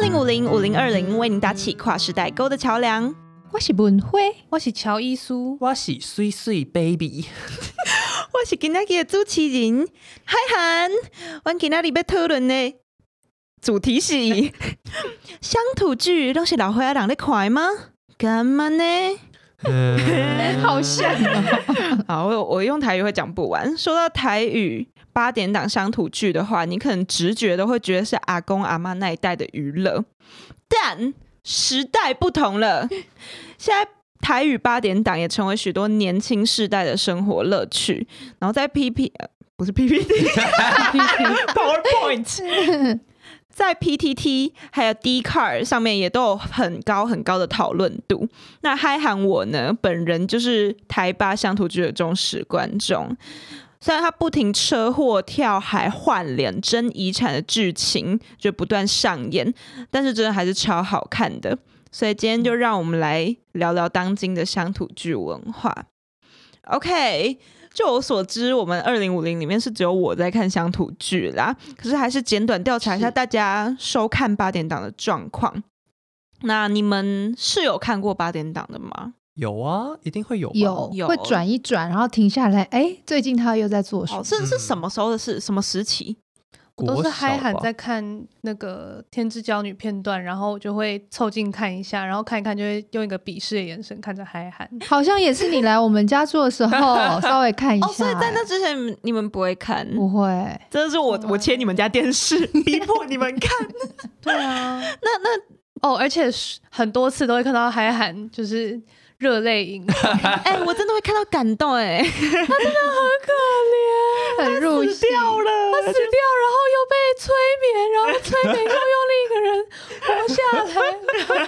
零五零五零二零为您搭起跨时代沟的桥梁。我是文辉，我是乔伊苏，我是碎碎 baby，我是今仔日的主持人海涵。我今仔日要讨论的主题 是乡土剧，拢是老岁仔人咧看的吗？干嘛呢？嗯好像哦 啊，我我用台语会讲不完。说到台语八点档乡土剧的话，你可能直觉都会觉得是阿公阿妈那一代的娱乐，但时代不同了，现在。台语八点档也成为许多年轻世代的生活乐趣，然后在 P P、呃、不是 P P T PowerPoint，在 P T T 还有 D Car 上面也都有很高很高的讨论度。那嗨喊我呢，本人就是台八乡土剧的忠实观众。虽然他不停车祸、跳海、换脸、争遗产的剧情就不断上演，但是真的还是超好看的。所以今天就让我们来聊聊当今的乡土剧文化。OK，就我所知，我们二零五零里面是只有我在看乡土剧啦，可是还是简短调查一下是大家收看八点档的状况。那你们是有看过八点档的吗？有啊，一定会有吧，有有会转一转，然后停下来，哎，最近他又在做什哦，么？是是嗯什么时候的事？什么时期？国都是小嗨喊吧在看那个《天之娇女》片段，然后我就会凑近看一下，然后看一看就会用一个鄙视的眼神看着嗨喊。好像也是你来我们家住的 时候稍微看一下，哦，所以在那之前你们你们不会看，不会，真的是我哦我切你们家电视， 逼迫你们看。对啊，那那哦，而且是很多次都会看到嗨喊就是热泪盈眶， 哎、我真的会看到感动哎、 很入戏。掉他了，死掉，然后又被催眠，然后催眠又用另一个人活下来。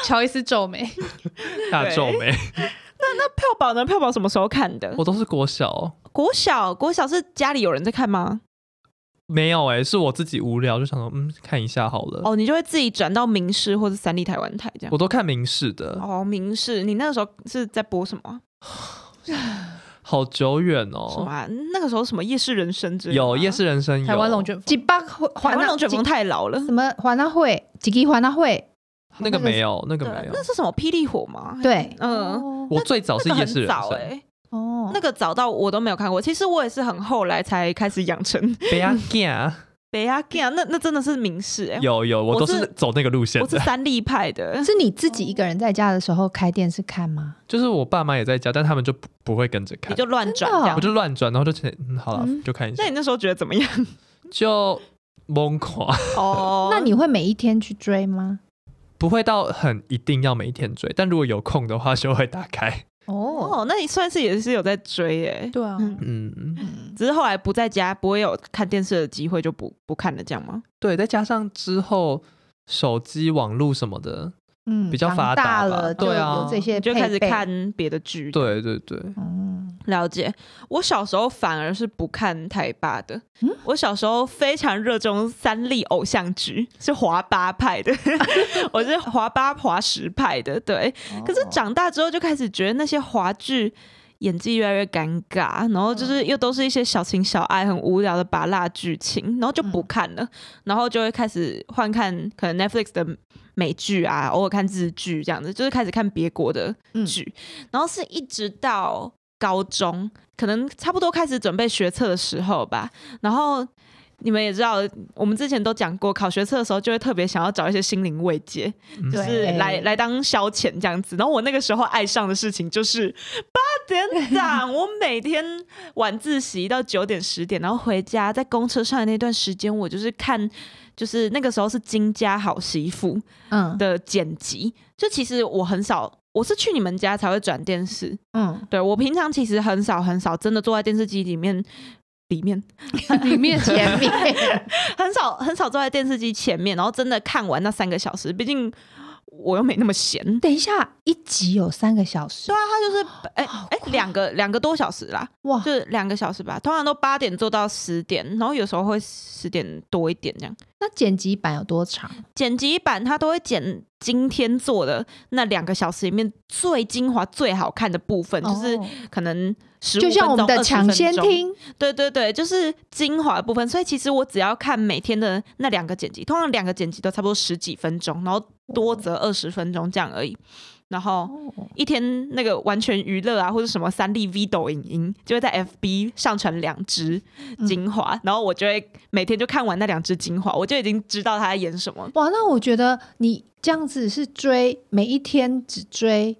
乔伊斯皱眉，大欸皱眉， 票宝呢？票宝什么时候看的？我都是国小，国小，国小是家里有人在看吗？没有哎、是我自己无聊就想说，嗯，看一下好了。哦，你就会自己转到明视或者三立台湾台这样。我都看明视的，哦，明视，你那个时候是在播什么啊？好久远什么哦。啊、那个时候什么夜市人生之类的吗有夜，市人生有，台湾龙卷风几巴台环湾龙卷风太老了。什么环那会几个环那会，那个没有，那个没有那。是什么霹雳火吗？对嗯，我最早是那个夜市很人早哎、生，哦，那个早到我都没有看过。其实我也是很后来才开始养成北亚 g 北亚 g 那那真的是名士哎、啊有有，我我都是是走那个路线我是的。三立派的，是你自己一个人在家的时候开电视看吗？就是我爸妈也在家，但他们就不不会跟着你看，就乱转真的哦这样我。就乱转，然后就前嗯好了嗯就看一下那，你那时候觉得怎么样？就懵垮， 哦那你会每一天去追吗？不会到很一定要每天追，但如果有空的话就会打开。哦，哦，那你算是也是有在追哎、对啊，嗯嗯，只是后来不在家，不会有看电视的机会，就不不看了，这样吗？对，再加上之后手机、网络什么的，嗯比较长发达大吧了，就对啊有这些你就开始配备，看别的剧。，对对对，嗯，了解。我小时候反而是不看台八的，嗯我小时候非常热衷三立偶像剧，是华八派的， 我是华八华十派的。对，哦可是长大之后就开始觉得那些华剧。演技越来越尴尬，然后就是又都是一些小情小爱、很无聊的拔辣剧情，然后就不看了，然后就会开始换看可能 Netflix 的美剧啊，偶尔看日剧这样子，就是开始看别国的嗯剧，然后是一直到高中，可能差不多开始准备学测的时候吧，然后。你们也知道，我们之前都讲过，考学测的时候就会特别想要找一些心灵慰藉，嗯就是对来来当消遣这样子。然后我那个时候爱上的事情就是八点档，我每天晚自习到九点十点，然后回家在公车上的那段时间，我就是看，就是那个时候是《金家好媳妇》嗯的剪辑。就其实我很少，我是去你们家才会转电视。嗯，对我平常其实很少很少真的坐在电视机里面。 里面里面前面很少很少坐在电视机前面，然后真的看完那三个小时。毕竟我又没那么闲。 等一下，一集有三个小时对啊，，他就是哎好哎快两个两个多小时啦，哇，就是两个小时吧，通常都八点做到十点，然后有时候会十点多一点这样。那剪辑版有多长？剪辑版它都会剪今天做的那两个小时里面最精华、最好看的部分，就是哦可能十就像我们的抢先，听，对对对，就是精华的部分。所以其实我只要看每天的那两个剪辑，通常两个剪辑都差不多十几分钟，然后多则二十分钟这样而已。然后哦一天那个完全娱乐啊，或者什么三立 V 抖影音，就会在 FB 上传两支嗯精华，然后我就会每天就看完那两支精华，我就已经知道他在演什么。哇，那我觉得你这样子是追每一天只追，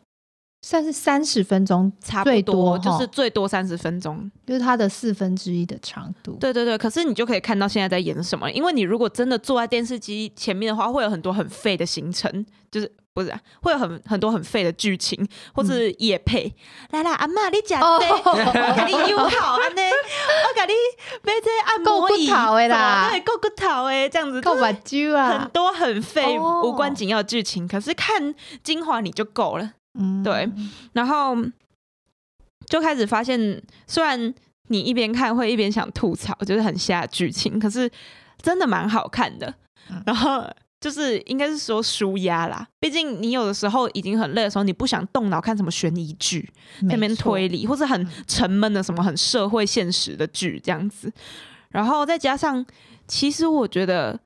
算是三十分钟，差不最多多就是齁最多三十分钟。就是它的四分之一的长度。对对对，可是你就可以看到现在在演什么，因为你如果真的坐在电视机前面的话，会有很多很废的行程，就是。不是、啊，会有很很多很废的剧情，或是夜配。来啦，阿嬷，你讲哦这个，我给你友好安呢，我给你买这个按摩椅，够骨头的啦什么对，够骨头的这样子，够就是把揪很啊，多很废、哦无关紧要的剧情。可是看精华你就够了。嗯对然后就开始发现，虽然你一边看会一边想吐槽，就是很瞎的剧情，可是真的蛮好看的嗯。然后就是应该是说舒压啦，毕竟你有的时候已经很累的时候，你不想动脑看什么悬疑剧，在那边没错推理，或是很嗯沉闷的什么很社会现实的剧这样子。然后再加上，其实我觉得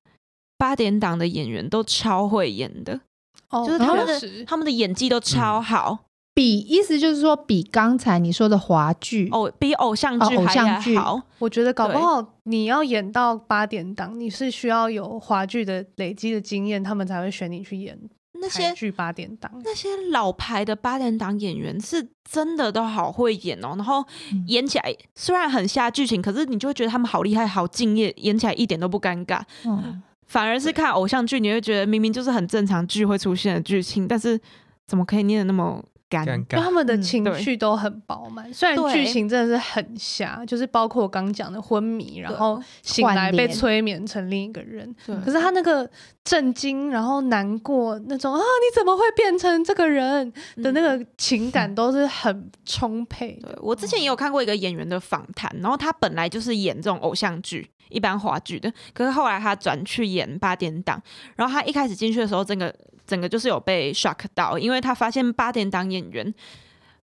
八点档的演员都超会演的，哦就是他们确的实他们的演技都超好。比，意思就是说比刚才你说的华剧， 偶比偶像剧哦偶还像要剧好。我觉得搞不好你要演到八点档，你是需要有华剧的累积的经验，他们才会选你去演那台些剧八点档。那些老牌的八点档演员是真的都好会演哦，然后嗯演起来虽然很瞎剧情，可是你就会觉得他们好厉害、好敬业，演起来一点都不尴尬。嗯，反而是看偶像剧，你会觉得明明就是很正常剧会出现的剧情，但是怎么可以念的那么干？尴就他 尬，们的嗯情对绪都很饱满，虽然对剧情真的是很瞎，就是包括我刚讲的昏迷，然后醒换来被脸催眠成另一个人，对可是他那个震惊，然后难过那种啊，你怎么会变成这个人的那个情感都是很充沛的。嗯对我之前哦也有看过一个演员的访谈，然后他本来就是演这种偶像剧，一般华剧的，可是后来他转去演八点档，然后他一开始进去的时候，整个整个就是有被 shock 到，因为他发现八点档演员。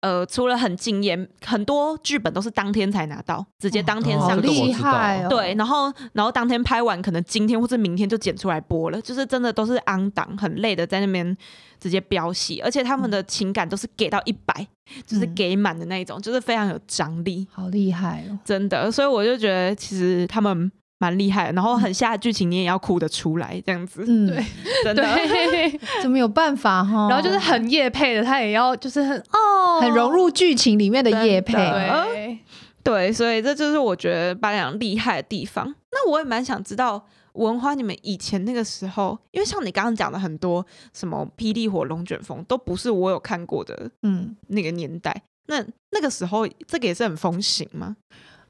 呃，除了很敬业，很多剧本都是当天才拿到，直接当天哦上好这个映我厉知道害哦，对，，然后然后当天拍完，可能今天或者明天就剪出来播了，就是真的都是 on 档，很累的在那边直接飙戏，而且他们的情感都是给到一百，就是嗯给满的那一种，就是非常有张力，好厉害哦，真的。所以我就觉得其实他们蛮厉害的，然后很吓的剧情你也要哭得出来，这样子，嗯，对真的。哦对， 怎么有办法哈？然后就是很夜配的，他也要就是很哦， 很融入剧情里面的夜真配，的对，对，所以这就是我觉得巴两厉害的地方。那我也蛮想知道文花，你们以前那个时候，因为像你刚刚讲的很多什么霹雳火、龙卷风，都不是我有看过的嗯。那个年代。那那个时候，这个也是很风行吗？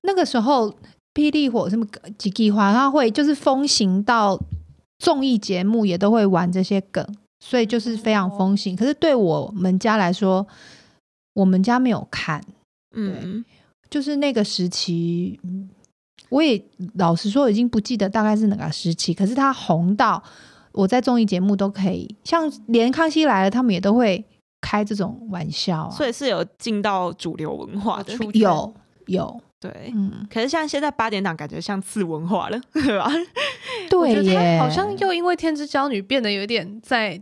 那个时候，霹雳火什么几计划，它会就是风行到综艺节目也都会玩这些梗，所以就是非常风哦行。可是对我们家来说，我们家没有看，嗯，就是那个时期，嗯我也老实说已经不记得大概是哪个时期，可是它红到我在综艺节目都可以，像连康熙来了，他们也都会开这种玩笑啊，所以是有进到主流文化的有，出圈有有，对。嗯，可是像现在八点档，感觉像次文化了，对吧？我觉对得耶，他好像又因为《天之娇女》变得有点在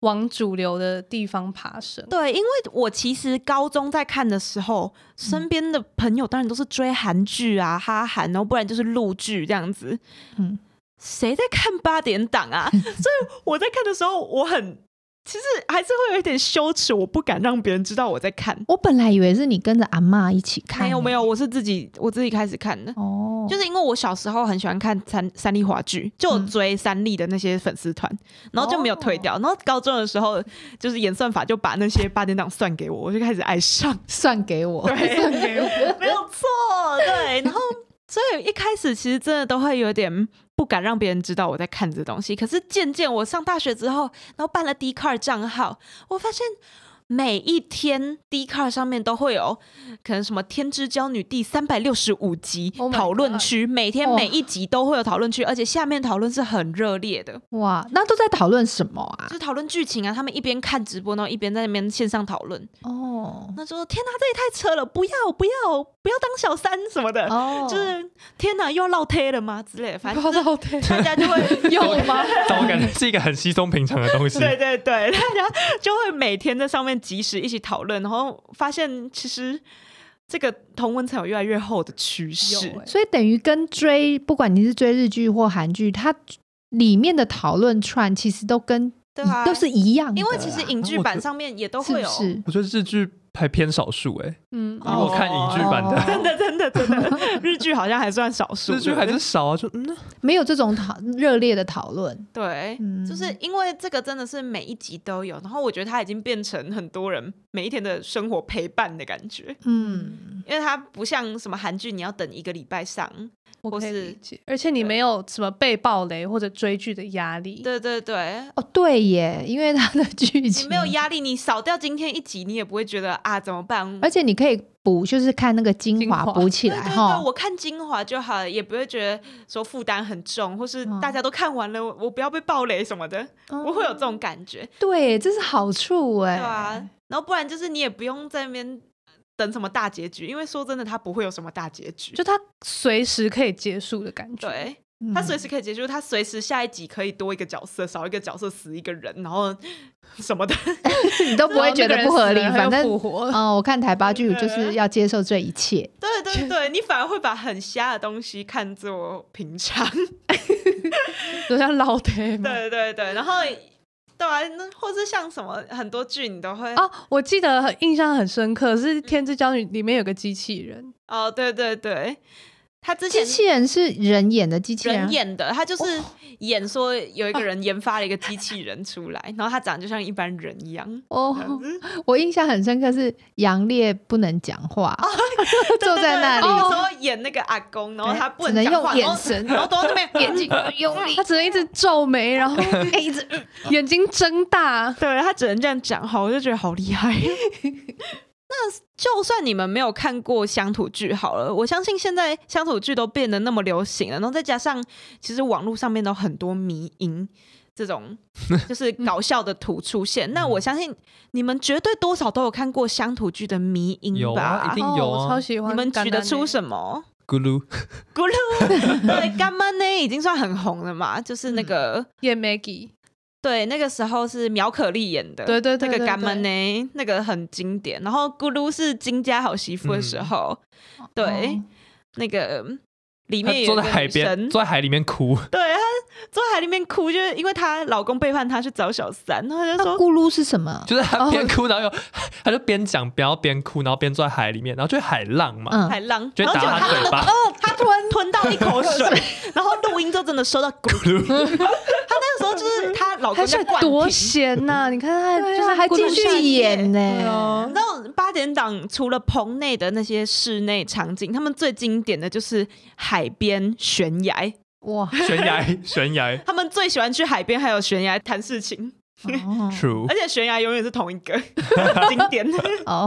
往主流的地方爬升。对，因为我其实高中在看的时候，嗯身边的朋友当然都是追韩剧啊、哈韩，然后不然就是陆剧这样子。嗯谁在看八点档啊？ 所以我在看的时候，我很其实还是会有一点羞耻，我不敢让别人知道我在看。我本来以为是你跟着阿嬷一起看，没有没有，，我是自己我自己开始看的。哦，就是是因为我小时候很喜欢看三三立华剧，就有嗯哦追三立的那些粉丝团，然后就没有退掉。然后高中的时候，就是演算法就把那些八点档算给我，我就开始爱上。 算给我，对，算给我，没有错，对。然后所以一开始其实真的都会有点不敢让别人知道我在看这东西。可是渐渐我上大学之后，然后办了 d c a r 账号，我发现每一天 d c a r 上面都会有可能什么《天之娇女》第三百六十五集 Oh my 讨论区，每天哇每一集都会有讨论区，而且下面讨论是很热烈的，哇，那都在讨论什么啊就？是讨论剧情啊。他们一边看直播，然后一边在那边线上讨论。哦那说天哪，这也太扯了！不要不要不要当小三什么的。哦， 就是天哪，又要落贴了吗之类的， 反正就是到底 大家就会有吗？但我感觉是一个很稀松平常的东 西。对对对，大家就会每天在上面及时一起讨论，然后发现其实这个同文层有越来越厚的趋势。有欸所以等于跟追，不管你是追日剧或韩剧，它里面的讨论串其实都跟、对啊都是一样的因啦，为其实影剧版上面也都是会不有，是？我觉得日剧还偏少数哎、嗯，如果看影剧版的。哦 真的真的真的， 日剧好像还算少数，日剧还是少啊，就嗯，没有这种讨热烈的讨论，对。嗯，就是因为这个真的是每一集都有，然后我觉得它已经变成很多人每一天的生活陪伴的感觉，嗯，因为它不像什么韩剧，你要等一个礼拜上，我或可以是理解，而且你没有什么被暴雷或者追剧的压力。对对对，哦对耶，因为它的剧你情没有压力，你少掉今天一集，你也不会觉得啊怎么办。而且你可以补，就是看那个精精华华补起对来对哈对，。我看精华就好了，也不会觉得说负担很重，或是嗯大家都看完了，我不要被暴雷什么的，我会有这种感嗯觉，对，这是好处哎。对啊。然后不然就是你也不用在那边等什么大结局，因为说真的，它不会有什么大结局。就它随时可以结束的感觉。对，嗯，它随时可以结束，它随时下一集可以多一个角色，少一个角色，死一个人，然后什么的。你嗯都不会觉得不合理，然后那反个正人死了他又复活了。嗯，我看台八剧我就是要接受这一切。对对对，你反而会把很瞎的东西看作平常。就像老爹嘛。对对对，然后对啊，那或是像什么很多剧你都会哦哦，我记得很印象很深刻，是《天之娇女》里面有个机器人，对对对，他之前机器人是人演的机器人人，演的，他就是演说有一个人研发了一个机器人出来，然后他长得就像一般人一样。哦这，样子我印象很深刻是杨烈不能讲话， 对哦对坐在那里对他那时候演那个阿公，然后他不只能讲话用眼 神然后然后都在那边 眼睛，用力她只能一直皱眉，然后一哎直 眼睛睁哦大。 对他只能这样讲话，我就觉得好厉 害。那就算你们没有看过乡土剧好了，我相信现在乡土剧都变得那么流行了，然后再加上其实网络上面都很多迷音这 种就是搞笑的图出现， 那我相信你们绝对多少都有看过乡土剧的迷有音啊吧一？定有哦啊我超喜欢。你们举得出什么？ 咕噜，咕噜，对，干妈呢已经算很红了嘛，就是那个。演 Maggie？对，那个时候是苗可丽演的，对对对那个对干妈对呢，那个很经典。然后咕噜是金家好媳妇的嗯时候，对，哦那个里面他有一坐在个海女边，生坐在海里面哭，对她坐在海里面哭，就是因为她老公背叛她去找小三，然后她就那说，咕噜是什么？就是他哦边哭，然后又他就边讲不要边哭，然后边坐在海里面，然后就海浪嘛，嗯海浪，就然后结果打他她哦嘴巴，她吞吞到一口水， 然后录音就真的收到咕噜。咕噜，她那个时候就是她老她公是在灌多停 闲呐！你看她对就是啊，还咕噜继下续去演对呢哦啊。你知道八点档除了棚内的那些室内场景，他们最经典的就是海边悬崖。哇， 悬崖，悬崖他们最喜欢去海边，还有悬崖谈事情，哦，true 而。且悬崖永远是同一 个经典哦，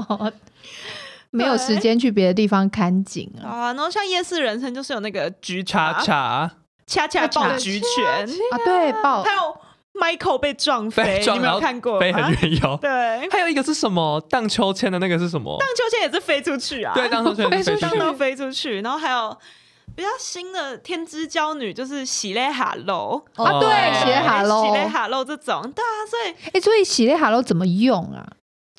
没有时间去别的地方看景啊。啊。然后像夜市人生就是有那个橘叉啊叉恰恰抱橘拳，啊，对，抱还有 Michael 被撞被飞，撞你没然有后看过飞很吗？远 游，对，还有一个是什么？荡秋千的那个是什么？荡秋千也是飞出去啊，对，荡秋千飞飞出出去荡去，到飞出去。然后还有比较新的《天之娇女》，就是喜泪哈喽。啊，对，哦喜喜泪哈喽喜。雷哈喽这种，对啊，所以哎，所以喜泪哈喽怎么用啊？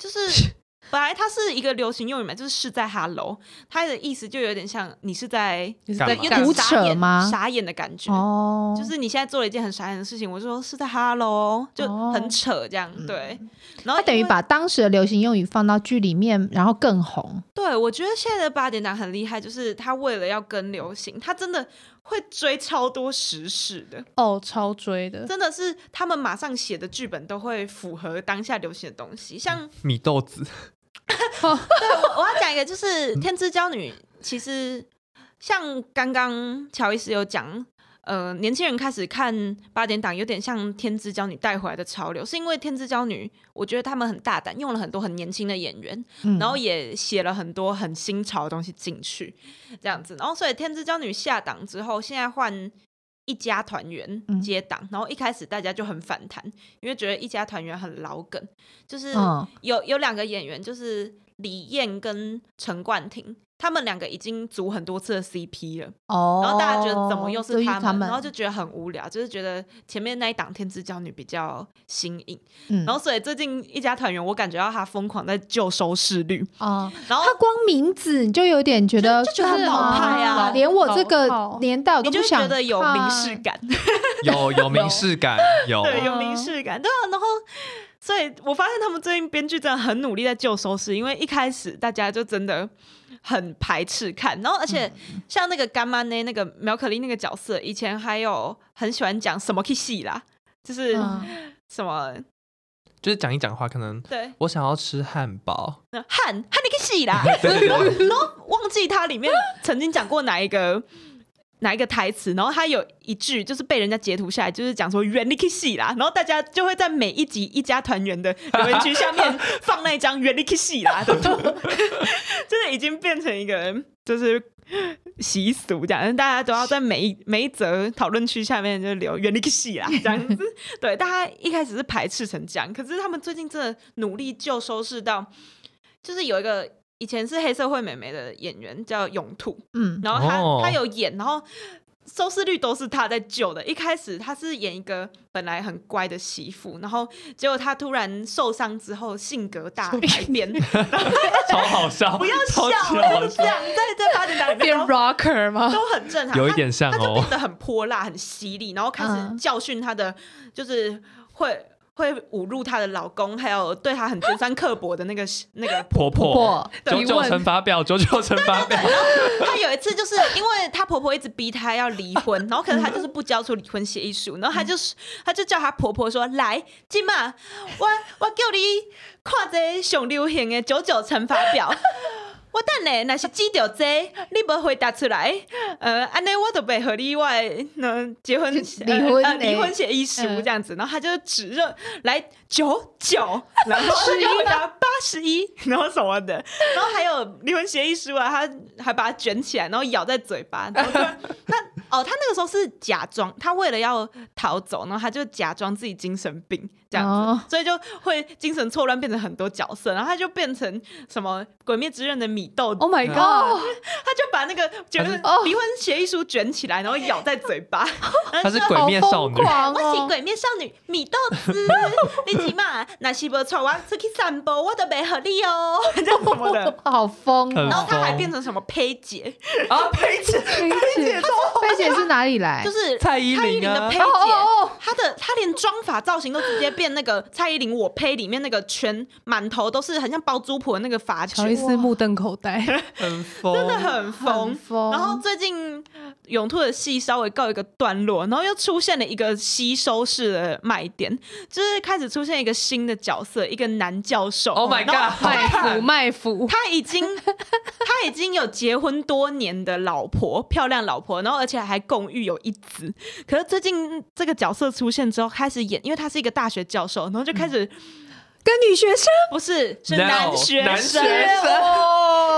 就是本来它是一个流行用语嘛，就是是在哈喽，它的意思就有点像你是在 你是干在嘛有干点胡嘛？扯傻眼吗傻眼的感觉。哦，就是你现在做了一件很傻眼的事情，我就说是在哈喽，就很扯这样，嗯对。然后哦他等于因为把当时的流行用语放到剧里面，然后更红。对，我觉得现在的八点档很厉害，就是他为了要跟流行，他真的会追超多时事的，哦，超追的。真的是他们马上写的剧本都会符合当下流行的东西，像米豆 子，我要讲一个，就是《天之娇女》，其实像刚刚乔伊斯有讲，呃，年轻人开始看八点档，有点像《天之娇女》带回来的潮流，是因为《天之娇女》，我觉得他们很大胆，用了很多很年轻的演员，嗯然后也写了很多很新潮的东西进去，这样子。然后所以《天之娇女》下档之后，现在换一家团圆嗯接档，然后一开始大家就很反弹，因为觉得一家团圆很老梗，就是嗯有有两个演员就是李艳跟陈冠廷。他们两个已经组很多次的 CP 了，哦，然后大家觉得怎么又就是他们，们，然后就觉得很无聊，就是觉得前面那一档《天之娇女》比较新颖，嗯，然后所以最近一家团圆，我感觉到他疯狂在救收视率，哦，然后他光名字你就有点觉得就就觉得干嘛老派啊老连我这老个炮年代我你都就不会想觉得有看凝视感，有有明示感，有对，有凝视感，对啊。然后，所以我发现他们最近编剧真的很努力在救收视，因为一开始大家就真的很排斥看，然后而且像那个干妈呢，那个苗可丽那个角色，以前还有很喜欢讲什么 k 戏啦，就是嗯什么就是讲一讲话，可能对我想要吃汉堡， 那汉汉那个戏啦，对对对，然后忘记他里面曾经讲过哪一个哪一个台词，然后他有一句就是被人家截图下来，就是讲说“圆力克戏”啦，然后大家就会在每一集一家团圆的留言区下面放那一张“圆力克戏”啦的图，就是已经变成一个就是。习俗这样，大家都要在每一每一则讨论区下面就留“圆力克戏”啦，这样子。对，大家一开始是排斥成这样，可是他们最近真的努力就收视到，就是有一个以前是黑社会美眉的演员叫永兔，嗯然后她哦她有演，然后收视率都是她在救的。一开始她是演一个本来很乖的媳妇，然后结果她突然受伤之后性格大改变，超好笑，不要超笑，级就好是这笑，样，在在八点档里面 变都 rocker 吗？都很正常，有一她点像他就哦变，得很泼辣、很犀利，然后开始嗯教训她的，就是会会侮辱她的老公，还有对她很尖酸刻薄的那个 那个婆婆婆九九乘法表，九九乘法表，她有一次就是因为她婆婆一直逼她要离婚，然后可是她就是不交出离婚协议书，然后她就是她就叫她婆婆说：“来，金嘛，我我叫你看这上流行的九九乘法表。”我等下若是记到这你无回答出来，呃，安尼我都袂和你我的呃结婚离婚呃呃的离婚协议书嗯这样子，然后她就指着来九九，然后她就回答八十一，然后什么的，然后还有离婚协议书啊，他还把它卷起来，然后咬在嘴巴。然后就他哦，他那个时候是假装，他为了要逃走，然后他就假装自己精神病这样子，哦所以就会精神错乱，变成很多角色。然后他就变成什么《鬼灭之刃》的米豆子 Oh my 哦 god！他就把那个卷还是哦离婚协议书卷起来，然后咬在嘴巴。她哦是鬼灭少女好疯，狂我是哦！鬼面少女米豆子，你起码那是不带我出去散步，我都没合理哦，这样什么的。好疯很哦！ 然后他还疯变成什么胚姐啊，胚姐，理解菲姐是哪里来？就是蔡依蔡依林林的啊胚哦姐。哦她的她连妆法造型都直接变那个蔡依林我胚里面那个全满头都是很像包租婆的那个发乔伊卷，斯目瞪口呆，很疯，真的很哦，很疯。疯。然后最近永兔的戏稍微告一个段落，然后又出现了一个吸收式的卖点，就是开始出现一个新的角色，一个男教授。 Oh my 然后 god！卖腐卖腐，他已经他已经有结婚多年的老婆，漂亮老婆，然后而且还共育有一子。可是最近这个角色出现之后，开始演，因为他是一个大学教授，然后就开始、跟女学生不是是 No，男学男生。学哦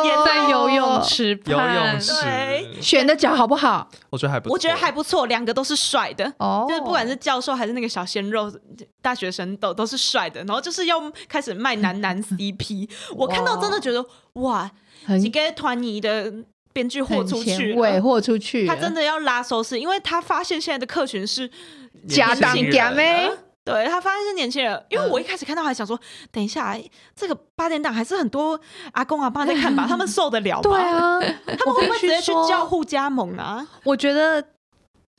演在游泳池游畔，泳池对，选的脚好不好？我觉得还不错，我觉得还不错，两个都是帅的。哦，就是不管是教授还是那个小鲜肉大学生都都是帅的，然后就是要开始卖男男 CP，我看到真的觉得哇，很几个团泥的编剧豁很出去前了卫，豁出去了，他真的要拉收视，因为他发现现在的客群是，假当假欸妹对他发现是年轻人。因为嗯我一开始看到还想说，等一下这个八点档还是很多阿公阿爸在 看吧，他们受得了吗？对，啊，他们会不会直接去我必须说叫护加盟啊？我觉得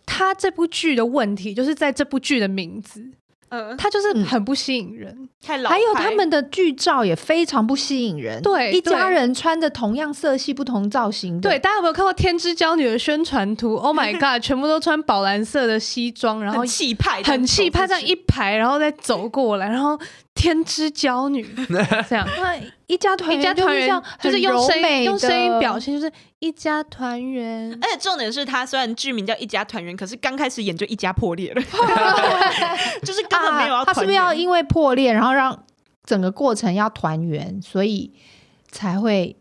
他这部剧的问题就是在这部剧的名字，嗯，它就是很不吸引人。太老派，还有他们的剧照也非常不吸引人，对一家对人穿着同样色系、不同造型的，对，大家有没有看过《天之娇女》的宣传图 ？Oh my god，全部都穿宝蓝色的西装，然后很气派，很气派，这上样一排，然后再走过来，然后天之娇女 这样。那一家团一家圆就团是这圆样，就很是用柔声音美用声音的表现，就是一家团圆。而且重点是他虽然剧名叫一家团圆，可是刚开始演就一家破裂 了， 就是根本没有要啊。团他是不是圆。要因为破裂，然后让整个过程要团圆，所以才会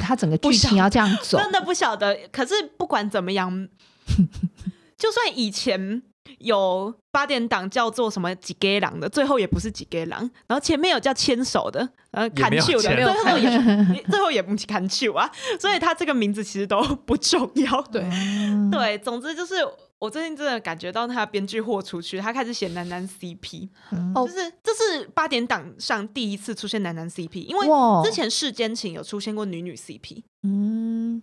他整个不剧晓情要这样走？真的不晓得。可是不管怎么样，就算以前有八点档叫做什么几 gay 狼的，最后也不是几 gay 狼，然后前面有叫牵手的，呃，也砍没有球的，牵最后没有也最后也不是砍球啊，所以他这个名字其实都不重要。对嗯，对，总之就是我最近真的感觉到他编剧豁出去，他开始写男男 CP，嗯哦就是这是八点档上第一次出现男男 CP，因为哇之前《世间情》有出现过女女 CP，嗯，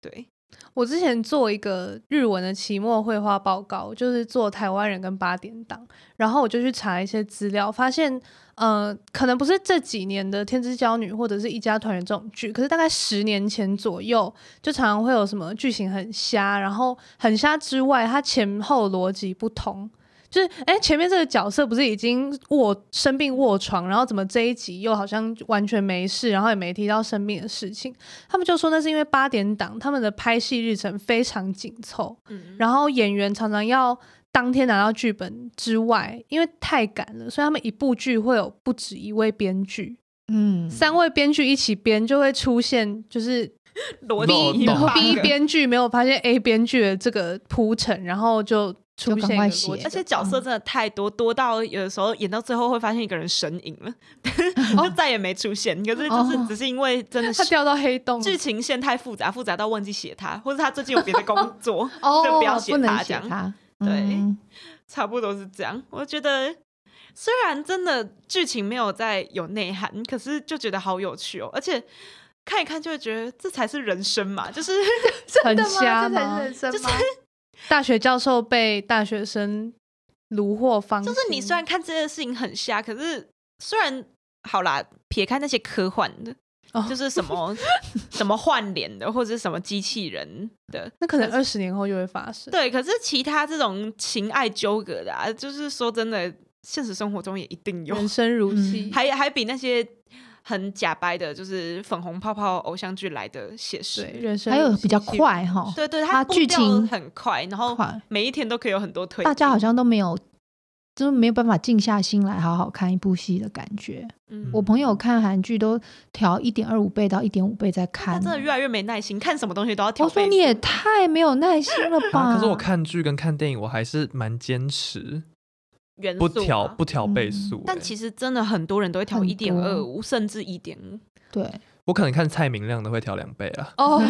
对。我之前做一个日文的期末绘画报告，就是做台湾人跟八点档，然后我就去查一些资料，发现呃，可能不是这几年的《天之娇女》或者是一家团圆这种剧，可是大概十年前左右，就常常会有什么剧情很瞎，然后很瞎之外，它前后逻辑不同。就是，哎、前面这个角色不是已经卧生病卧床，然后怎么这一集又好像完全没事，然后也没提到生病的事情，他们就说那是因为八点档他们的拍戏日程非常紧凑，嗯然后演员常常要当天拿到剧本之外，因为太赶了，所以他们一部剧会有不止一位编剧，嗯，三位编剧一起编就会出现就是逻漏辑洞 B 编剧没有发现 A 编剧的这个铺陈，然后就出现一就赶个快逻辑写而且角色真的太多，多到有的时候演到最后会发现一个人神隐了， 就再也没出现。可是就是哦只是因为真的他是掉到黑 洞了，剧情线太复杂，复杂到忘记写他，或者他最近有别的工作，哦就不要写不能他这写样他，对嗯差不多是这样。我觉得虽然真的剧情没有再有内涵，可是就觉得好有趣哦，而且。看一看就会觉得这才是人生嘛，就是 很瞎这才吗是？人生就是 吗大学教授被大学生虏获嗯方心，就是你虽然看这件事情很瞎，可是虽然好啦，撇开那些科幻的，哦就是什 么什么换脸的，或者是什么机器人的，那可能二十年后就会发生。对。可是其他这种情爱纠葛的、啊，就是说真的，现实生活中也一定有，人生如戏嗯，还还比那些很假掰的，就是粉红泡泡偶像剧来的写实。对人生还有如戏比较戏如快哈，对对，它它步哦啊剧调情很快，然后快每一天都可以有很多推进。大家好像都没有，就是没有办法静下心来好好看一部戏的感觉。嗯我朋友看韩剧都调一点二五倍到一点五倍在他看真，的越来越没耐心，看什么东西都要调我倍速。哦说你也太没有耐心 了吧？啊，可是我看剧跟看电影，我还是蛮坚持，元素不嘛调不调倍嗯速欸、但其实真的很多人都会调很一点二五，多甚至一点五。对，我可能看蔡明亮的会调两倍啊。哦，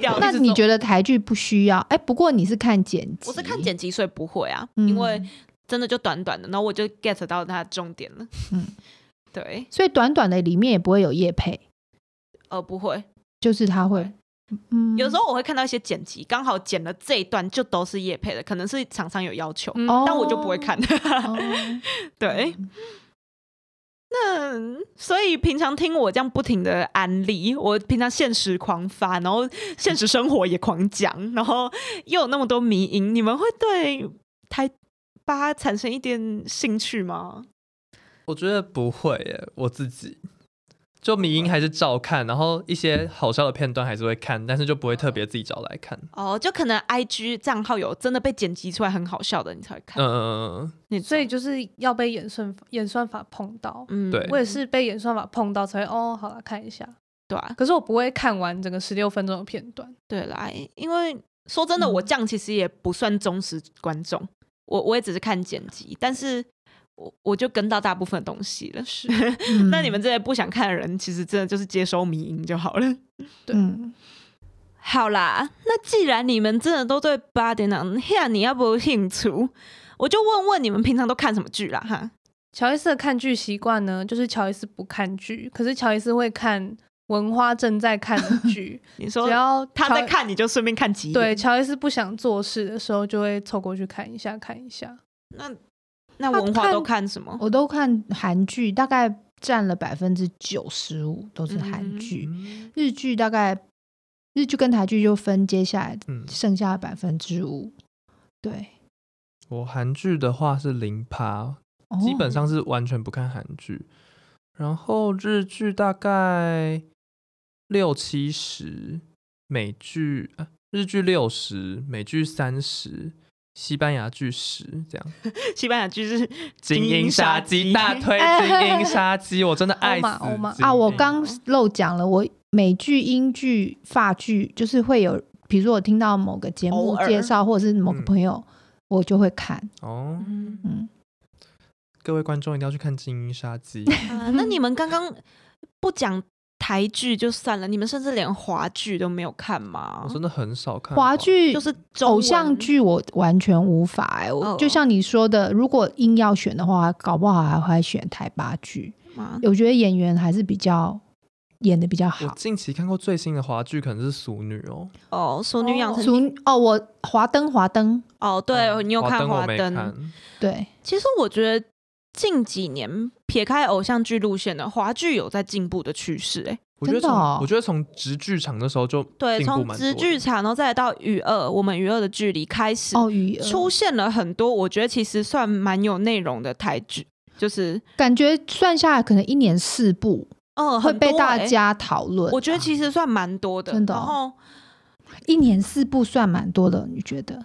那那你觉得台剧不需要？哎，不过你是看剪辑，我是看剪辑，所以不会啊，嗯，因为真的就短短的，然后我就 get 到它的重点了。嗯嗯， 对，所以短短的里面也不会有夜配，呃，不会。就是他会，嗯，有时候我会看到一些剪辑，刚好剪了这一段就都是叶配的，可能是厂商有要求，嗯哦，但我就不会看。哦。 对，那 所以平常听我这样不停的安利，我平常现实狂发，然后现实生活也狂讲，然后又有那么多迷因，你们会对台八产生一点兴趣吗？我觉得不会耶，我自己就迷音还是照看，然后一些好笑的片段还是会看，但是就不会特别自己找来看。哦，就可能 I G 账号有真的被剪辑出来很好笑的，你才会看。嗯嗯嗯你所以就是要被演算法演算法碰到。嗯对我也是被演算法碰到才会哦，好了看一下。对啊，可是我不会看完整个十六分钟的片段。对啦，因为说真的，嗯我这样其实也不算忠实观众，我我也只是看剪辑，但是我我就跟到大部分的东西了。是。嗯那你们这些不想看的人，其实真的就是接收迷音就好了。对嗯好啦，那既然你们真的都对八点档，那啊你要不兴趣？我就问问你们平常都看什么剧啦？哈，乔伊斯的看剧习惯呢，就是乔伊斯不看剧，可是乔伊斯会看文花正在看的剧。你 说只要他乔在，看，你就顺便看几眼。对，乔伊斯不想做事的时候，就会凑过去看一下看一下。那那文化都看什么？我都看韩剧，大概占了百分之九十五都是韩剧，嗯日剧大概日剧跟台剧就分接下来嗯，剩下的百分之五。对，我韩剧的话是零趴，哦基本上是完全不看韩剧。然后日剧大概六七十，美剧啊，日剧六十，美剧三十，西班牙剧十，这样。西班牙剧是精英杀鸡，大推精英杀鸡，我真的爱死哦欧玛欧玛精英啊，我刚漏讲了，我美剧、英剧、法剧，就是会有，比如说我听到某个节偶目尔介绍，或者是某个嗯朋友，我就会看。哦，嗯嗯，各位观众一定要去看精英杀鸡。啊， 那你们刚刚不讲台剧就算了，你们甚至连华剧都没有看吗我？真的很少看华剧就是中文偶像，剧我完全无法哎、我哦就像你说的，如果硬要选的话，搞不好还会选台八剧。吗我觉得演员还是比较演的比较我好。近期看过最新的华剧，可能是《俗女》哦。哦，《熟女养成记》俗哦，我华灯华灯，哦，对嗯你有看华华灯我没灯？看？对，其实我觉得近几年撇开偶像剧路线的华剧有在进步的趋势、欸，哎，我觉得真从的哦我觉得从直剧场的时候就对，进步从蛮直多剧的场，然后再来到娱二，我们娱二的距离开始，哦，雨儿出现了很多，我觉得其实算蛮有内容的台剧，就是感觉算下来可能一年四部嗯，会很被多大欸家讨论。我觉得其实算蛮多的，真的哦然后一年四部算蛮多的，你觉得？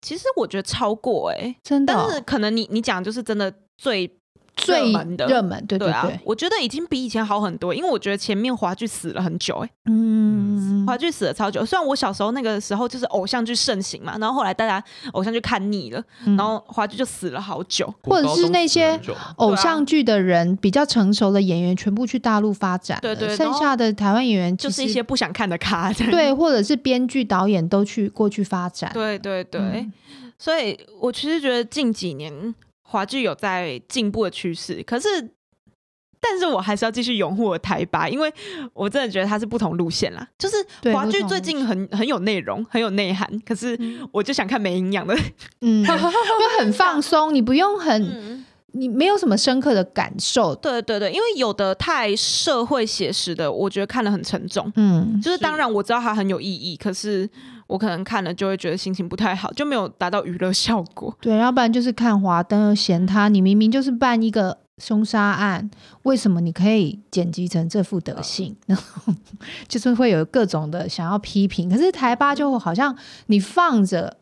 其实我觉得超过哎、真的哦、但是可能你你讲就是真的最最热门的热门，对对对啊，对，我觉得已经比以前好很多，因为我觉得前面华剧死了很久哎、嗯，华剧死了超久。虽然我小时候那个时候就是偶像剧盛行嘛，然后后来大家偶像剧看腻了，嗯然后华剧就死了好久。我或者高是中那死些很久啊偶像剧的人比较成熟的演员全部去大陆发展了，对对剩下的台湾演员其就实是一些不想看的咖，这样对，或者是编剧、导演都去过去发 展，对对对，嗯所以我其实觉得近几年华剧有在进步的趋势，可是，但是我还是要继续拥护我的台吧，因为我真的觉得它是不同路线啦。就是对华剧不同路最近很很有内容，很有内涵，可是我就想看没营养的。 嗯，就很放松，你不用很，嗯，你没有什么深刻的感 受，对对对，因为有的太社会写实的，我觉得看了很沉重。嗯，就是当然我知道它很有意义，可是我可能看了就会觉得心情不太好，就没有达到娱乐效果。对，要不然就是看华灯嫌他，你明明就是办一个凶杀案，为什么你可以剪辑成这副德性？然后 就是会有各种的想要批评，可是台巴就好像你放着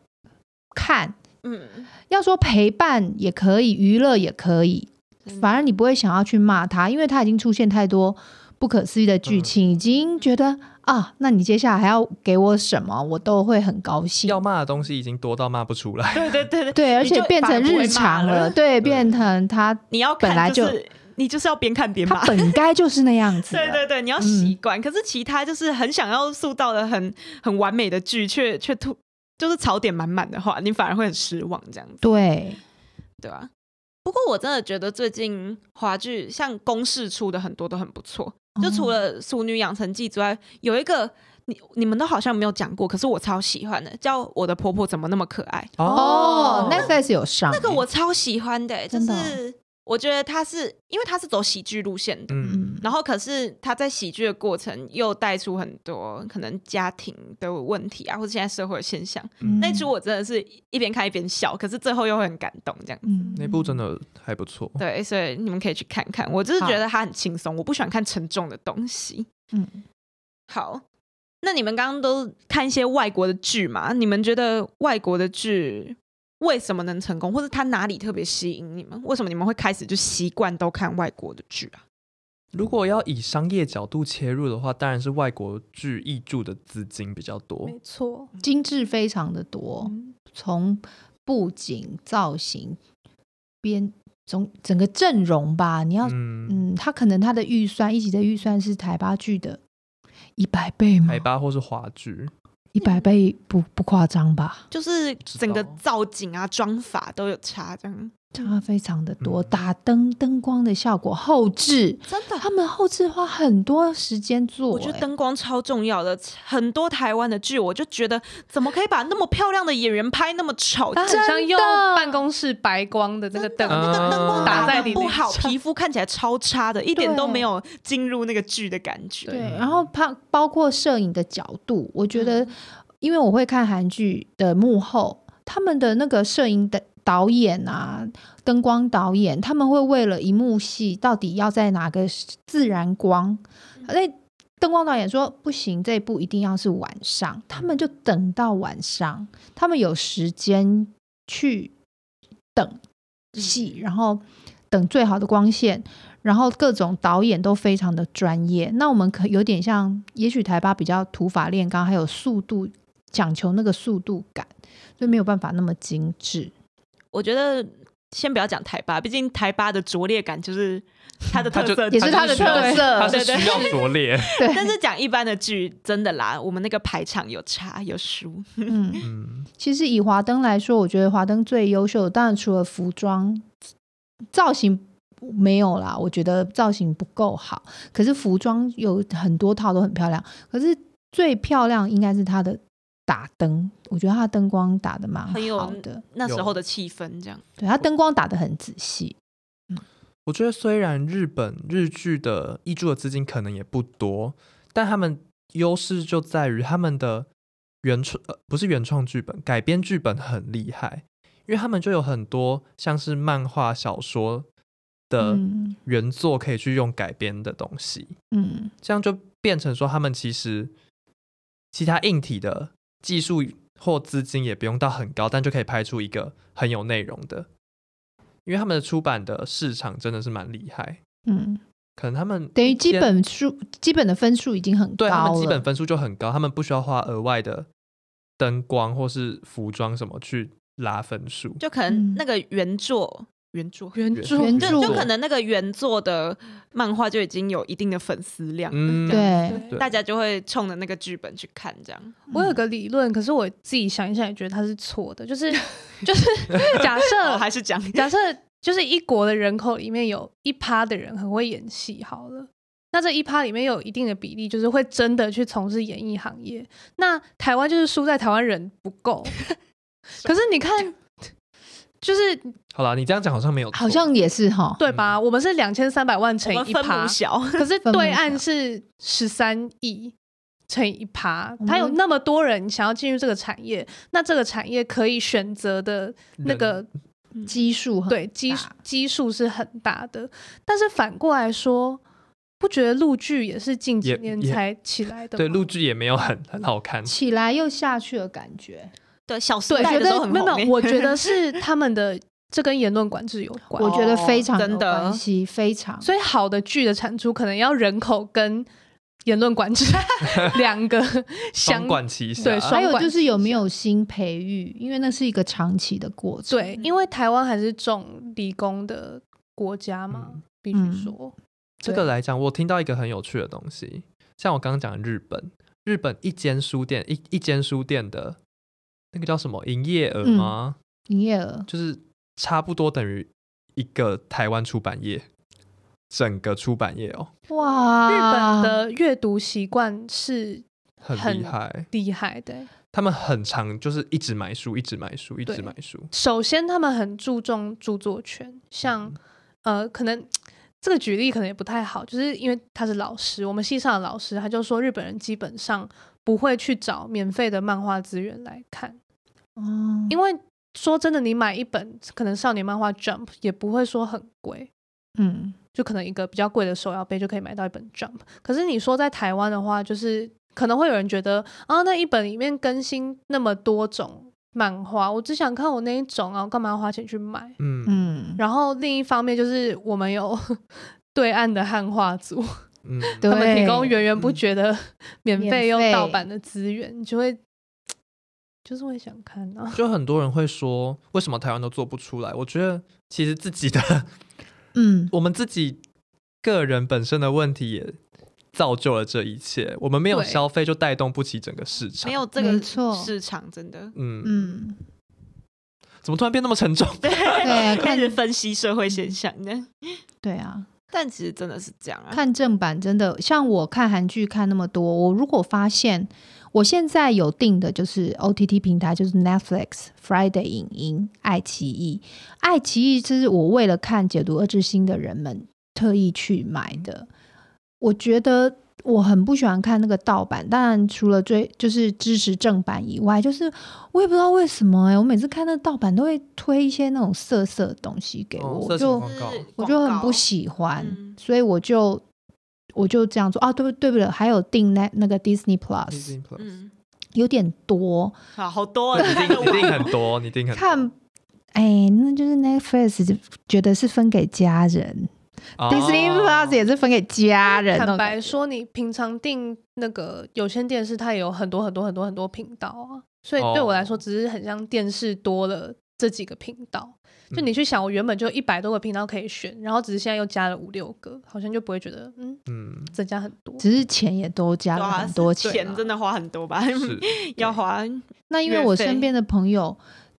看，嗯，要说陪伴也可以，娱乐也可以，嗯反而你不会想要去骂他，因为他已经出现太多不可思议的剧嗯情，已经觉得啊，那你接下来还要给我什么，我都会很高兴。要骂的东西已经多到骂不出来， 对对对对，对，而你且就变反而成不会日骂常了了，对，变成他你要本来看就是你就是要边看边他骂。本该就是那样子的。 对对对，你要嗯习惯。可是其他就是很想要塑造的很很完美的剧，却却突就是槽点满满的话，你反而会很失望，这样子，对对啊吧、不过我真的觉得最近华剧像公式出的很多都很不错，就除哦了《淑女养成记》之外，有一个你你们都好像没有讲过，可是我超喜欢的，叫《我的婆婆怎么那么可爱》。哦，Netflix 有上那个我超喜欢的、欸就真的哦是我觉得他是因为他是走喜剧路线的，嗯，嗯然后可是他在喜剧的过程又带出很多可能家庭的问题啊，或者现在社会的现象。嗯那一出我真的是一边看一边笑，可是最后又会很感动，这样。嗯那部真的还不错。对，所以你们可以去看看。我就是好觉得他很轻松，我不喜欢看沉重的东西。嗯好，那你们刚刚都看一些外国的剧嘛？你们觉得外国的剧为什么能成功，或者它哪里特别吸引你们？为什么你们会开始就习惯都看外国的剧啊？如果要以商业角度切入的话，当然是外国剧译著的资金比较多没。错，嗯嗯精致非常的多，从布景、造型、编总整个阵容吧，你要嗯，嗯，他可能他的预算一集的预算是台八剧的一百倍吗海？巴或是华剧，一百倍不不夸张吧？就是知整个道造景啊、妆法都有差，这样差非常的多，嗯打灯灯光的效果、后置，真的他。们后置花很多时间做、我觉得欸灯光超重要的，很多台湾的剧，我就觉得怎么可以把那么漂亮的演员拍那么丑？它很像用真的办公室白光的那个那灯，个灯光打打在在你你不脸好，上皮肤看起来超差的，一点都对没有进入那个剧的感觉。对，嗯然后它包括摄影的角度，我觉得，因为我会看韩剧的幕后，他们的那个摄影的导演啊、灯光导演，他们会为了一幕戏到底要在哪个自然光，那灯光导演说不行，这一部一定要是晚上，他们就等到晚上，他们有时间去等戏，然后等最好的光线。然后各种导演都非常的专业，那我们可有点像，也许台巴比较土法炼钢，还有速度讲求那个速度感，所以没有办法那么精 致。我觉得先不要讲台巴，毕竟台巴的拙劣感就是它的它特就色，也是它的需要特色它是呃对对需要拙劣。对，但是讲一般的剧，真的啦，我们那个排场有差有输，嗯，嗯，其实以华灯来说，我觉得华灯最优秀的，当然除了服装造型没有啦，我觉得造型不够好。可是服装有很多套都很漂亮，可是最漂亮应该是它的打灯，我觉得它的灯光打的蛮很有好的，那时候的气氛这样。对，它灯光打的很仔细。我觉得虽然日本日剧的译著的资金可能也不多，但他们优势就在于他们的原创、呃、不是原创剧本，改编剧本很厉害，因为他们就有很多像是漫画、小说的嗯原作可以去用改编的东西，嗯这样就变成说他们其实其他硬体的技术或资金也不用到很高，但就可以拍出一个很有内容的，因为他们的出版的市场真的是蛮厉害。嗯，可能他们等于基先本数基本的分数已经很高对他了。们基本分数就很高，他们不需要花额外的灯光或是服装什么去拉分数。就可能那个原作，原作，原原著原就著就可能那个原作的漫画就已经有一定的粉丝量，嗯，对，对大家就会冲着那个剧本去看，这样。我嗯有个理论，可是我自己想一想也觉得它是错的，就是 就是 假设、哦，还是讲假设就是一国的人口里面有一趴的人很会演戏，好了。那这一趴里面有一定的比例，就是会真的去从事演艺行业。那台湾就是输在台湾人不 够，可是你看，就是好啦，你这样讲好像没有错，好像也是哈。对吧？我们是两千三百万乘嗯我们以一分趴母，小，可是分母对岸小是十三亿乘以一趴我，它有们那么多人想要进入这个产业，那这个产业可以选择的那人个基数很对基大基数是很大的，但是反过来说，不觉得陆剧也是近几也年也才起来的吗？对陆剧也没有很很好看。起来又下去的感觉。对小时对，代觉的时候得很没有红没有，我觉得欸是他们的这跟言论管制有关我。觉得非常真有的关系，非常。所以好的剧的产出可能要人口跟言论管制 两个双相管齐下，对还双有管就是有齐没有新培育，因为那是一个长期的过程。对，因为台湾还是重理工的国家嘛，嗯必须嗯说，这个来讲，我听到一个很有趣的东西，像我刚刚讲的日本，日本一间书店一一间书店的那个叫什么营业额嗯吗？营业额，就是差不多等于一个台湾出版业，整个出版业哦，哇，日本的阅读习惯是很很厉害。厉害的欸、他们很常就是一直买书，一直买书，一直对买书。首先，他们很注重著作权，像、呃，可能这个举例可能也不太好，就是因为他是老师，我们系上的老师，他就说日本人基本上不会去找免费的漫画资源来看，嗯，因为说真的，你买一本可能少年漫画 Jump 也不会说很贵。嗯就可能一个比较贵的手摇杯就可以买到一本 Jump。可是你说在台湾的话，就是可能会有人觉得啊，那一本里面更新那么多种漫画，我只想看我那一种啊，我干嘛要花钱去买？嗯嗯，然后另一方面就是我们有 对岸的汉化组，嗯，对他们提供源源不绝的 免免费又费盗版的资源，你就会就是会想看啊。就很多人会说，为什么台湾都做不出来？我觉得其实自己的嗯，我们自己个人本身的问题也造就了这一切。我们没有对消费，就带动不起整个市 场。没有，这没个错市场，真的。嗯，嗯，怎么突然变那么沉重？对，啊开看始分析社会现象呢。对啊， 但其实真的是这样啊，看正版真的，像我看韩剧看那么多，我如果发现我现在有订的就是 OTT 平台，就是 Netflix、Friday 影音、爱奇艺。爱奇艺这是我为了看《解读二之心》的人们特意去买的。我觉得我很不喜欢看那个盗版，当然除了追就是支持正版以外，就是我也不知道为什么哎、我每次看那盗版都会推一些那种色色的东西给我，哦我色情就广告我就很不喜欢，嗯所以我就我就这样做啊。对不对不了，还有订那那个 Disney Plus Disney Plus 嗯，有点多，好好多啊，对你你看得一定你一定完很多，你一定很看。哎，那就是 Netflix 觉得是分给家人、哦 d i s n e y Plus 也是分给家人。坦白，说，你平常订那个有线电视，它也有很多很多很多很多频道啊，所以对我来说，哦只是很像电视多了这几个频道。就你嗯去想，我原本就一百多个频道可以选，然后只是现在又加了五六个，好像就不会觉得嗯嗯，增加很多。只是钱也都加对了啊很多钱，啊真的花很多吧？是 要花那因为月我费身边的朋友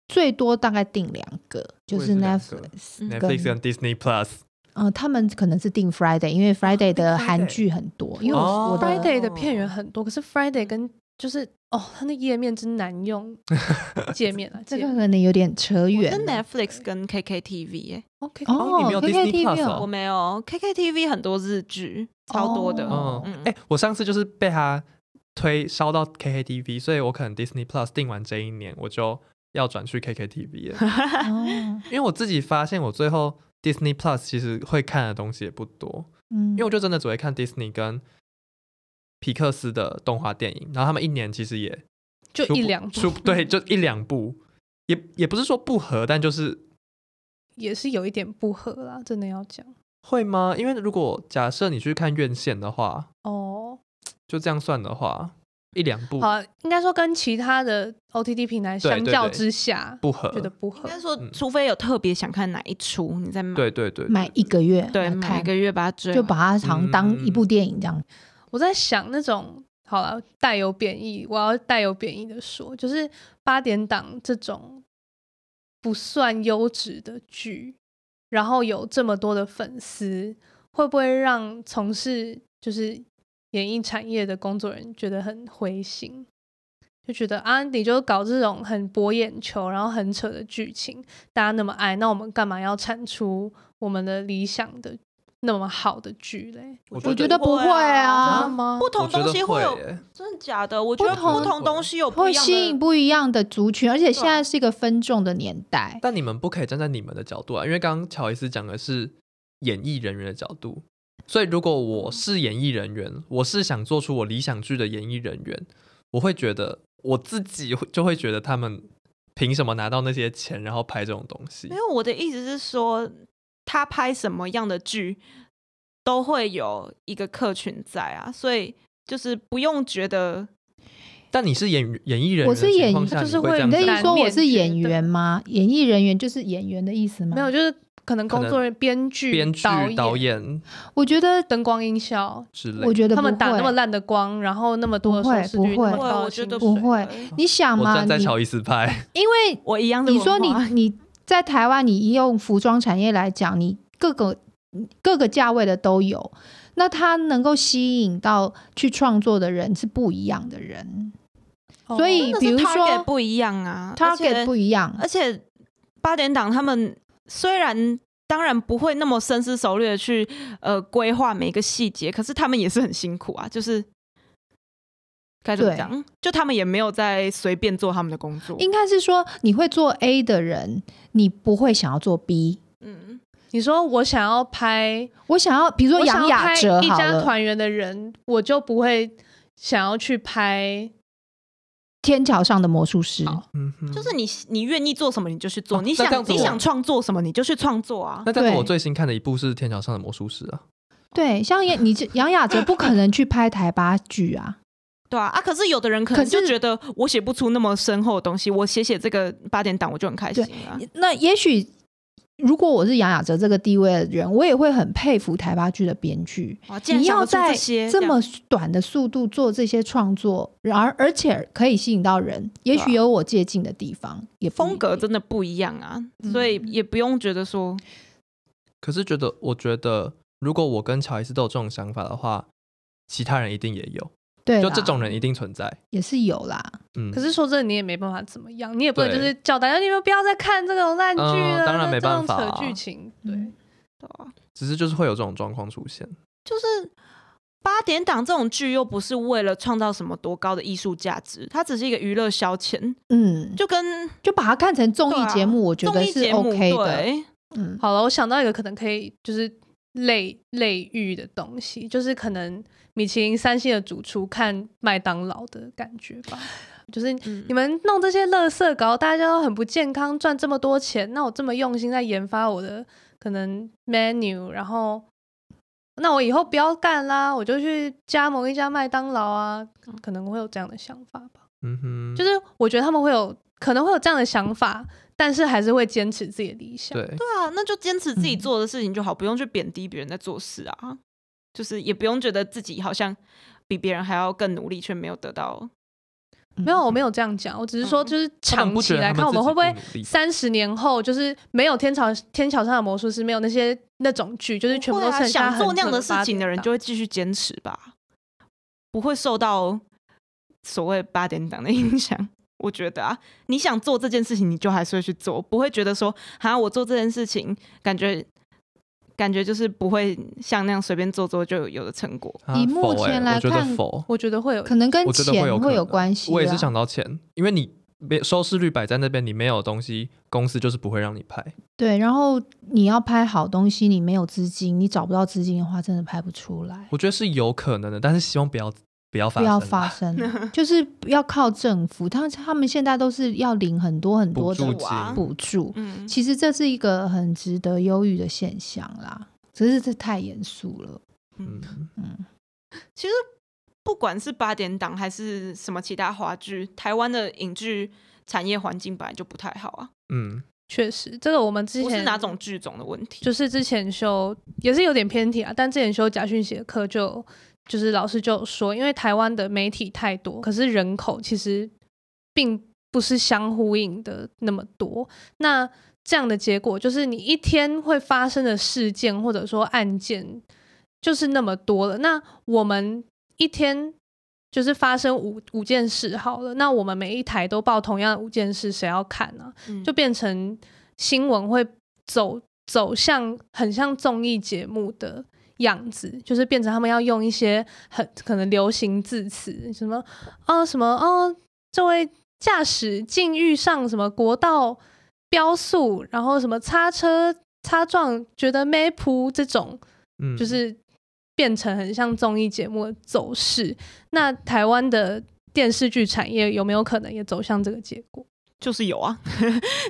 最多大概订两个，就我也是是两个 Netflix 嗯跟 Netflix 跟 Disney Plus 呃，他们可能是订 Friday，因为 Friday 的 Friday 韩剧很多，因为我哦我的 Friday 的片源很多，可是 Friday 跟就是哦，它那页面真难 用，界面啊， 这界个面可能有点扯我远是了。 Netflix 跟 KKTV 哎、 OK，哦你没有 Disney KKTV Plus 哦哦我没有 KKTV 很多日剧，超多的。哦嗯，哎、 嗯我上次就是被他推烧到 KKTV，所以我可能 Disney Plus 订完这一年，我就要转去 KKTV 了，哦，因为我自己发现我最后 Disney Plus 其实会看的东西也不多，嗯，因为我就真的只会看 Disney 跟皮克斯的动画电影，然后他们一年其实也就出一不两部嗯出，对，就一两部，也也不是说不合，但就是 也是有一点不合啦，真的要讲会吗？因为如果假设你去看院线的话，哦。就这样算的话，一两部好啊，应该说跟其他的 OTT 平台对相对较对之下，不合，觉得不合应。该说嗯，除非有特别想看哪一出，你再买。对对对，买一个月对，来买看一个月把它追完，就把它好像当一部电影这样。我在想那种好了，带有贬义，我要带有贬义的说，就是八点档这种不算优质的剧，然后有这么多的粉丝，会不会让从事就是演艺产业的工作人员觉得很灰心？就觉得啊，你就搞这种很博眼球，然后很扯的剧情，大家那么爱，那我们干嘛要产出我们的理想的那么好的剧嘞？我我觉觉得不会真啊的吗？不我同觉东得西会有耶真的假的？我觉得同不同东西有不会一样吸引的。不一样的族群，而且现对啊在是一个分众的年代，但你们不可以站在你们的角度啊，因为刚刚乔伊斯讲的是演艺人员的角度，所以如果我是演艺人员，我是想做出我理想剧的演艺人员，我会觉得我自己会就会觉得他们凭什么拿到那些钱，然后拍这种东西没？有，我的意思是说，他拍什么样的剧都会有一个客群在啊，所以就是不用觉得但你是演演艺人员我的是演情况下，就是你会会这样你的意想思难说我免是演觉得员吗？演艺人员就是演员的意思吗？没有，，就是可能工作人员、编剧、编剧导、导、演我觉得，灯光、音效，之类我的。觉得他们不打那会么烂的光，然后那么多的不会收视率，不会那么不会高我的觉得薪不水会你想我嘛，站你在乔伊斯拍，因为我一样的你说文你化你在台湾，你以用服装产业来讲，你各个各个价位的都有，那它能够吸引到去创作的人是不一样的人，所真以的比是如 target 说不一样啊他而且给不一样。而且八点档他们虽然当然不会那么深思熟虑的去呃规划每一个细节，可是他们也是很辛苦啊，就是该怎么对讲？就他们也没有在随便做他们的工作。应该是说，你会做 A 的人，你不会想要做 B。嗯，你说我想要拍，我想要，比如说我想杨要雅拍哲一好家了，团圆的人，我就不会想要去拍。天桥上的魔术师，好嗯哼，就是你你愿意做什么你就去做，哦你那这想样子你我想创作什么你就去创作啊。那但是对我最新看的一部是《天桥上的魔术师》啊，对，像杨你这杨雅哲不可能去拍台八剧啊，对啊啊！可是有的人可能可是就觉得我写不出那么深厚的东西，我写写这个八点档我就很开心啊。那也许如果我是杨雅哲这个地位的人，我也会很佩服台八剧的编剧。哇竟然你想要得出在这些这样么短的速度做这些创作，然而而且可以吸引到人，也许对啊有我借鉴的地方，也不一风格定真的不一样啊，嗯所以也不用觉得说可是觉得，我觉得如果我跟乔伊斯都有这种想法的话，其他人一定也有，对就啦这种人一定存在。也是有啦。嗯，可是说真的，你也没办法怎么样，你也不能就对是叫大家你们不要再看这种烂剧嗯了，当然没这种办法扯啊剧情。对，嗯对啊只是就是会有这种状况出现。就是八点档这种剧又不是为了创造什么多高的艺术价值，它只是一个娱乐消遣，嗯，就跟啊就把它看成综艺节目，我觉综得艺是节目 OK 的。对，嗯，好了，我想到一个可能可以就是类类喻的东西，就是可能米其林三星的主厨看麦当劳的感觉吧。就是嗯你们弄这些垃圾搞，大家都很不健康，赚这么多钱，那我这么用心在研发我的可能 menu，然后那我以后不要干啦，我就去加盟一家麦当劳啊，可能会有这样的想法吧。嗯哼，就是我觉得他们会有可能会有这样的想法，但是还是会坚持自己的理想。对，对啊，那就坚持自己嗯做的事情就好，不用去贬低别人在做事啊，就是也不用觉得自己好像比别人还要更努力，却没有得到。嗯没有，我没有这样讲，我只是说嗯就是他们长不期觉得来他看，我们自己会不会努力三十年后就是没有天桥天桥上的魔术师，没有那些那种剧，就是全部会都啊，剩下想很做那样久的事八情的点人档就会继续坚持吧，不会受到所谓八点档的影响。我觉得啊，你想做这件事情，你就还是会去做，不会觉得说，哈，我做这件事情，感觉感觉就是不会像那样随便做做就有的成果。啊以目否欸前来我觉得看啊否，我觉得会有可能跟我觉得钱有会会有关系啦。我也是想到钱，因为你别收视率摆在那边，你没有东西，公司就是不会让你拍。对，然后你要拍好东西，你没有资金，你找不到资金的话，真的拍不出来。我觉得是有可能的，但是希望不要不要发不生啦，要发生， 就是要靠政府。他他们现在都是要领很多很补多助的我金。啊补助，嗯，其实这是一个很值得忧郁的现象啦。只是这太严肃了，嗯，嗯，其实不管是八点档还是什么其他华剧，台湾的影剧产业环境本来就不太好啊，嗯，确实这个我们之不是前哪种剧种的问题。就是之前修也是有点偏题啊，但之前修假讯息的课就就是老师就有说，因为台湾的媒体太多，可是人口其实并不是相呼应的那么多。那这样的结果就是你一天会发生的事件或者说案件就是那么多了。那我们一天。就是发生五五件事好了，那我们每一台都报同样的五件事，谁要看啊呢、嗯就变成新闻会走走向很像综艺节目的样子，就是变成他们要用一些很可能流行字词，什么哦什么哦，这位驾驶竟遇上什么国道标速，然后什么擦车擦撞，觉得没谱这种，嗯就是变成很像综艺节目的走势。那台湾的电视剧产业有没有可能也走向这个结果？就是有啊，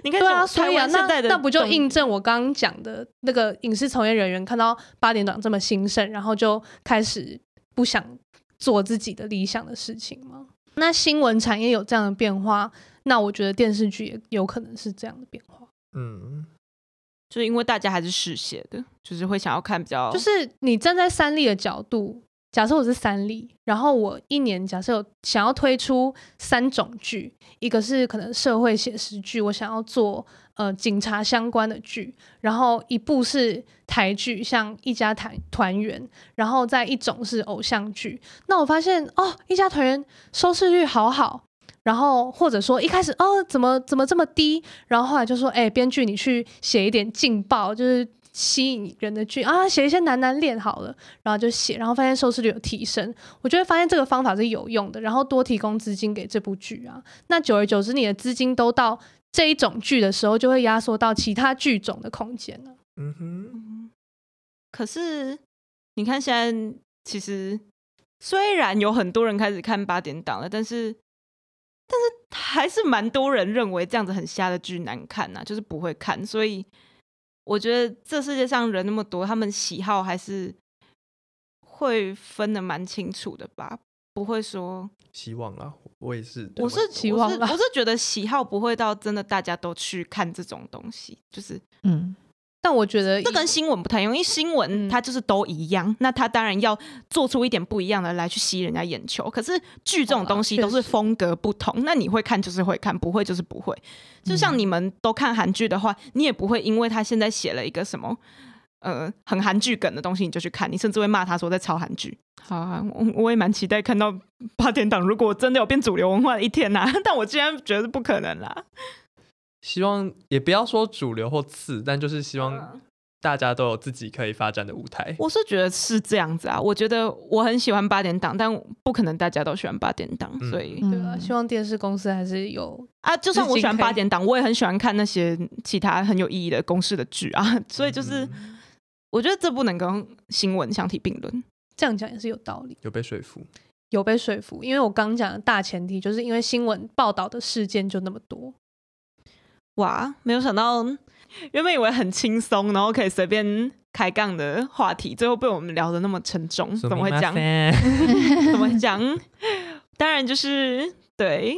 你看对像啊，所台以啊，湾那现在的那不就综印证我刚刚讲的那个影视从业人员看到八点档这么兴盛，然后就开始不想做自己的理想的事情吗？那新闻产业有这样的变化，那我觉得电视剧也有可能是这样的变化，嗯，就是因为大家还是嗜血的，就是会想要看比较就是你站在三立的角度。假设我是三立，然后我一年假设有想要推出三种剧，一个是可能社会写实剧，我想要做呃警察相关的剧，然后一部是台剧，像《一家团团圆》，然后再一种是偶像剧。那我发现哦，《一家团圆》收视率好好，然后或者说一开始哦怎么怎么这么低，然后后来就说哎，编剧你去写一点劲爆，就是吸引人的剧啊，写一些男男恋好了，然后就写，然后发现收视率有提升，我就会发现这个方法是有用的，然后多提供资金给这部剧啊，那久而久之你的资金都到。这一种剧的时候，就会压缩到其他剧种的空间了。嗯哼，嗯，可是你看现在，其实虽然有很多人开始看八点档了，但是但是还是蛮多人认为这样子很瞎的剧难看呐、就是不会看。所以我觉得这世界上人那么多，他们喜好还是会分的蛮清楚的吧。不会说，希望啦，我也是，我是希我望是啦 我是觉得喜好不会到真的大家都去看这种东西，就是嗯，但我觉得这以跟新闻不太一样，因为新闻嗯它就是都一样，那它当然要做出一点不一样的来去吸人家眼球。可是剧这种东西好都啦是确实风格不同，那你会看就是会看，不会就是不会。就像嗯你们都看韩剧的话，你也不会因为他现在写了一个什么。呃，很韩剧梗的东西你就去看，你甚至会骂他说在抄韩剧。好啊，我我也蛮期待看到八点档，如果真的有变主流文化的一天呐、 但我竟然觉得不可能啦。希望也不要说主流或次，但就是希望嗯大家都有自己可以发展的舞台。我是觉得是这样子啊，我觉得我很喜欢八点档，但不可能大家都喜欢八点档，嗯所以、嗯对啊，希望电视公司还是有啊，就算我喜欢至今可以八点档，我也很喜欢看那些其他很有意义的公式的剧啊，所以就是、嗯我觉得这不能跟新闻相提并论。这样讲也是有道理，有被说服，有被说服。因为我刚讲的大前提就是因为新闻报道的事件就那么多，哇，没有想到， 原本以为很轻松，然后可以随便开杠的话题，最后被我们聊得那么沉重，嗯怎么会这样？ 怎么讲？当然就是对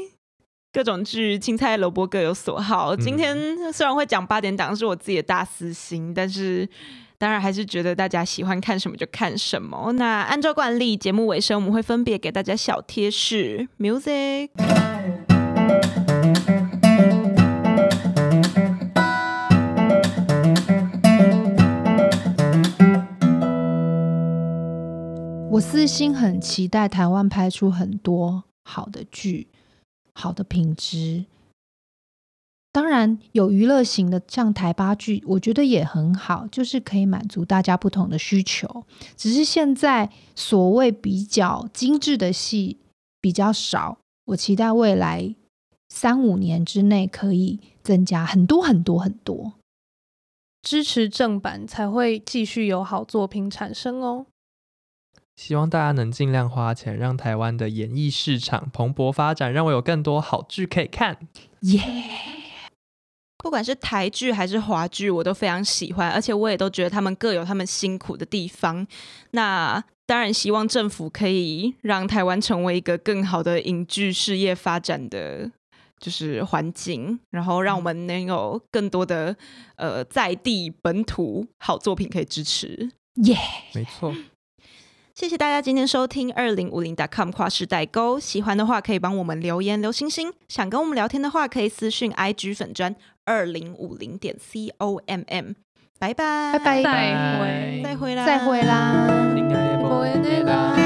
各种剧，青菜萝卜各有所好。今天虽然会讲八点档是我自己的大私心，但是当然还是觉得大家喜欢看什么就看什么。那按照惯例，节目尾声我们会分别给大家小贴士，music。我私心很期待台湾拍出很多好的剧，好的品质。当然有娱乐型的，像台八剧，我觉得也很好，就是可以满足大家不同的需求。只是现在所谓比较精致的戏比较少，我期待未来三五年之内可以增加很多很多很多。支持正版才会继续有好作品产生哦。 希望大家能尽量花钱，让台湾的演艺市场蓬勃发展，让我有更多好剧可以看。耶、不管是台剧还是华剧，我都非常喜欢，而且我也都觉得他们各有他们辛苦的地方。那当然，希望政府可以让台湾成为一个更好的影剧事业发展的就是环境，然后让我们能有更多的呃在地本土好作品可以支持。耶、没错，谢谢大家今天收听二零五零 .com 跨世代沟，喜欢的话可以帮我们留言留星星，想跟我们聊天的话可以私讯 IG 粉砖二零五零点 com，拜拜拜拜再再会会啦，再会啦。应该也不不会啦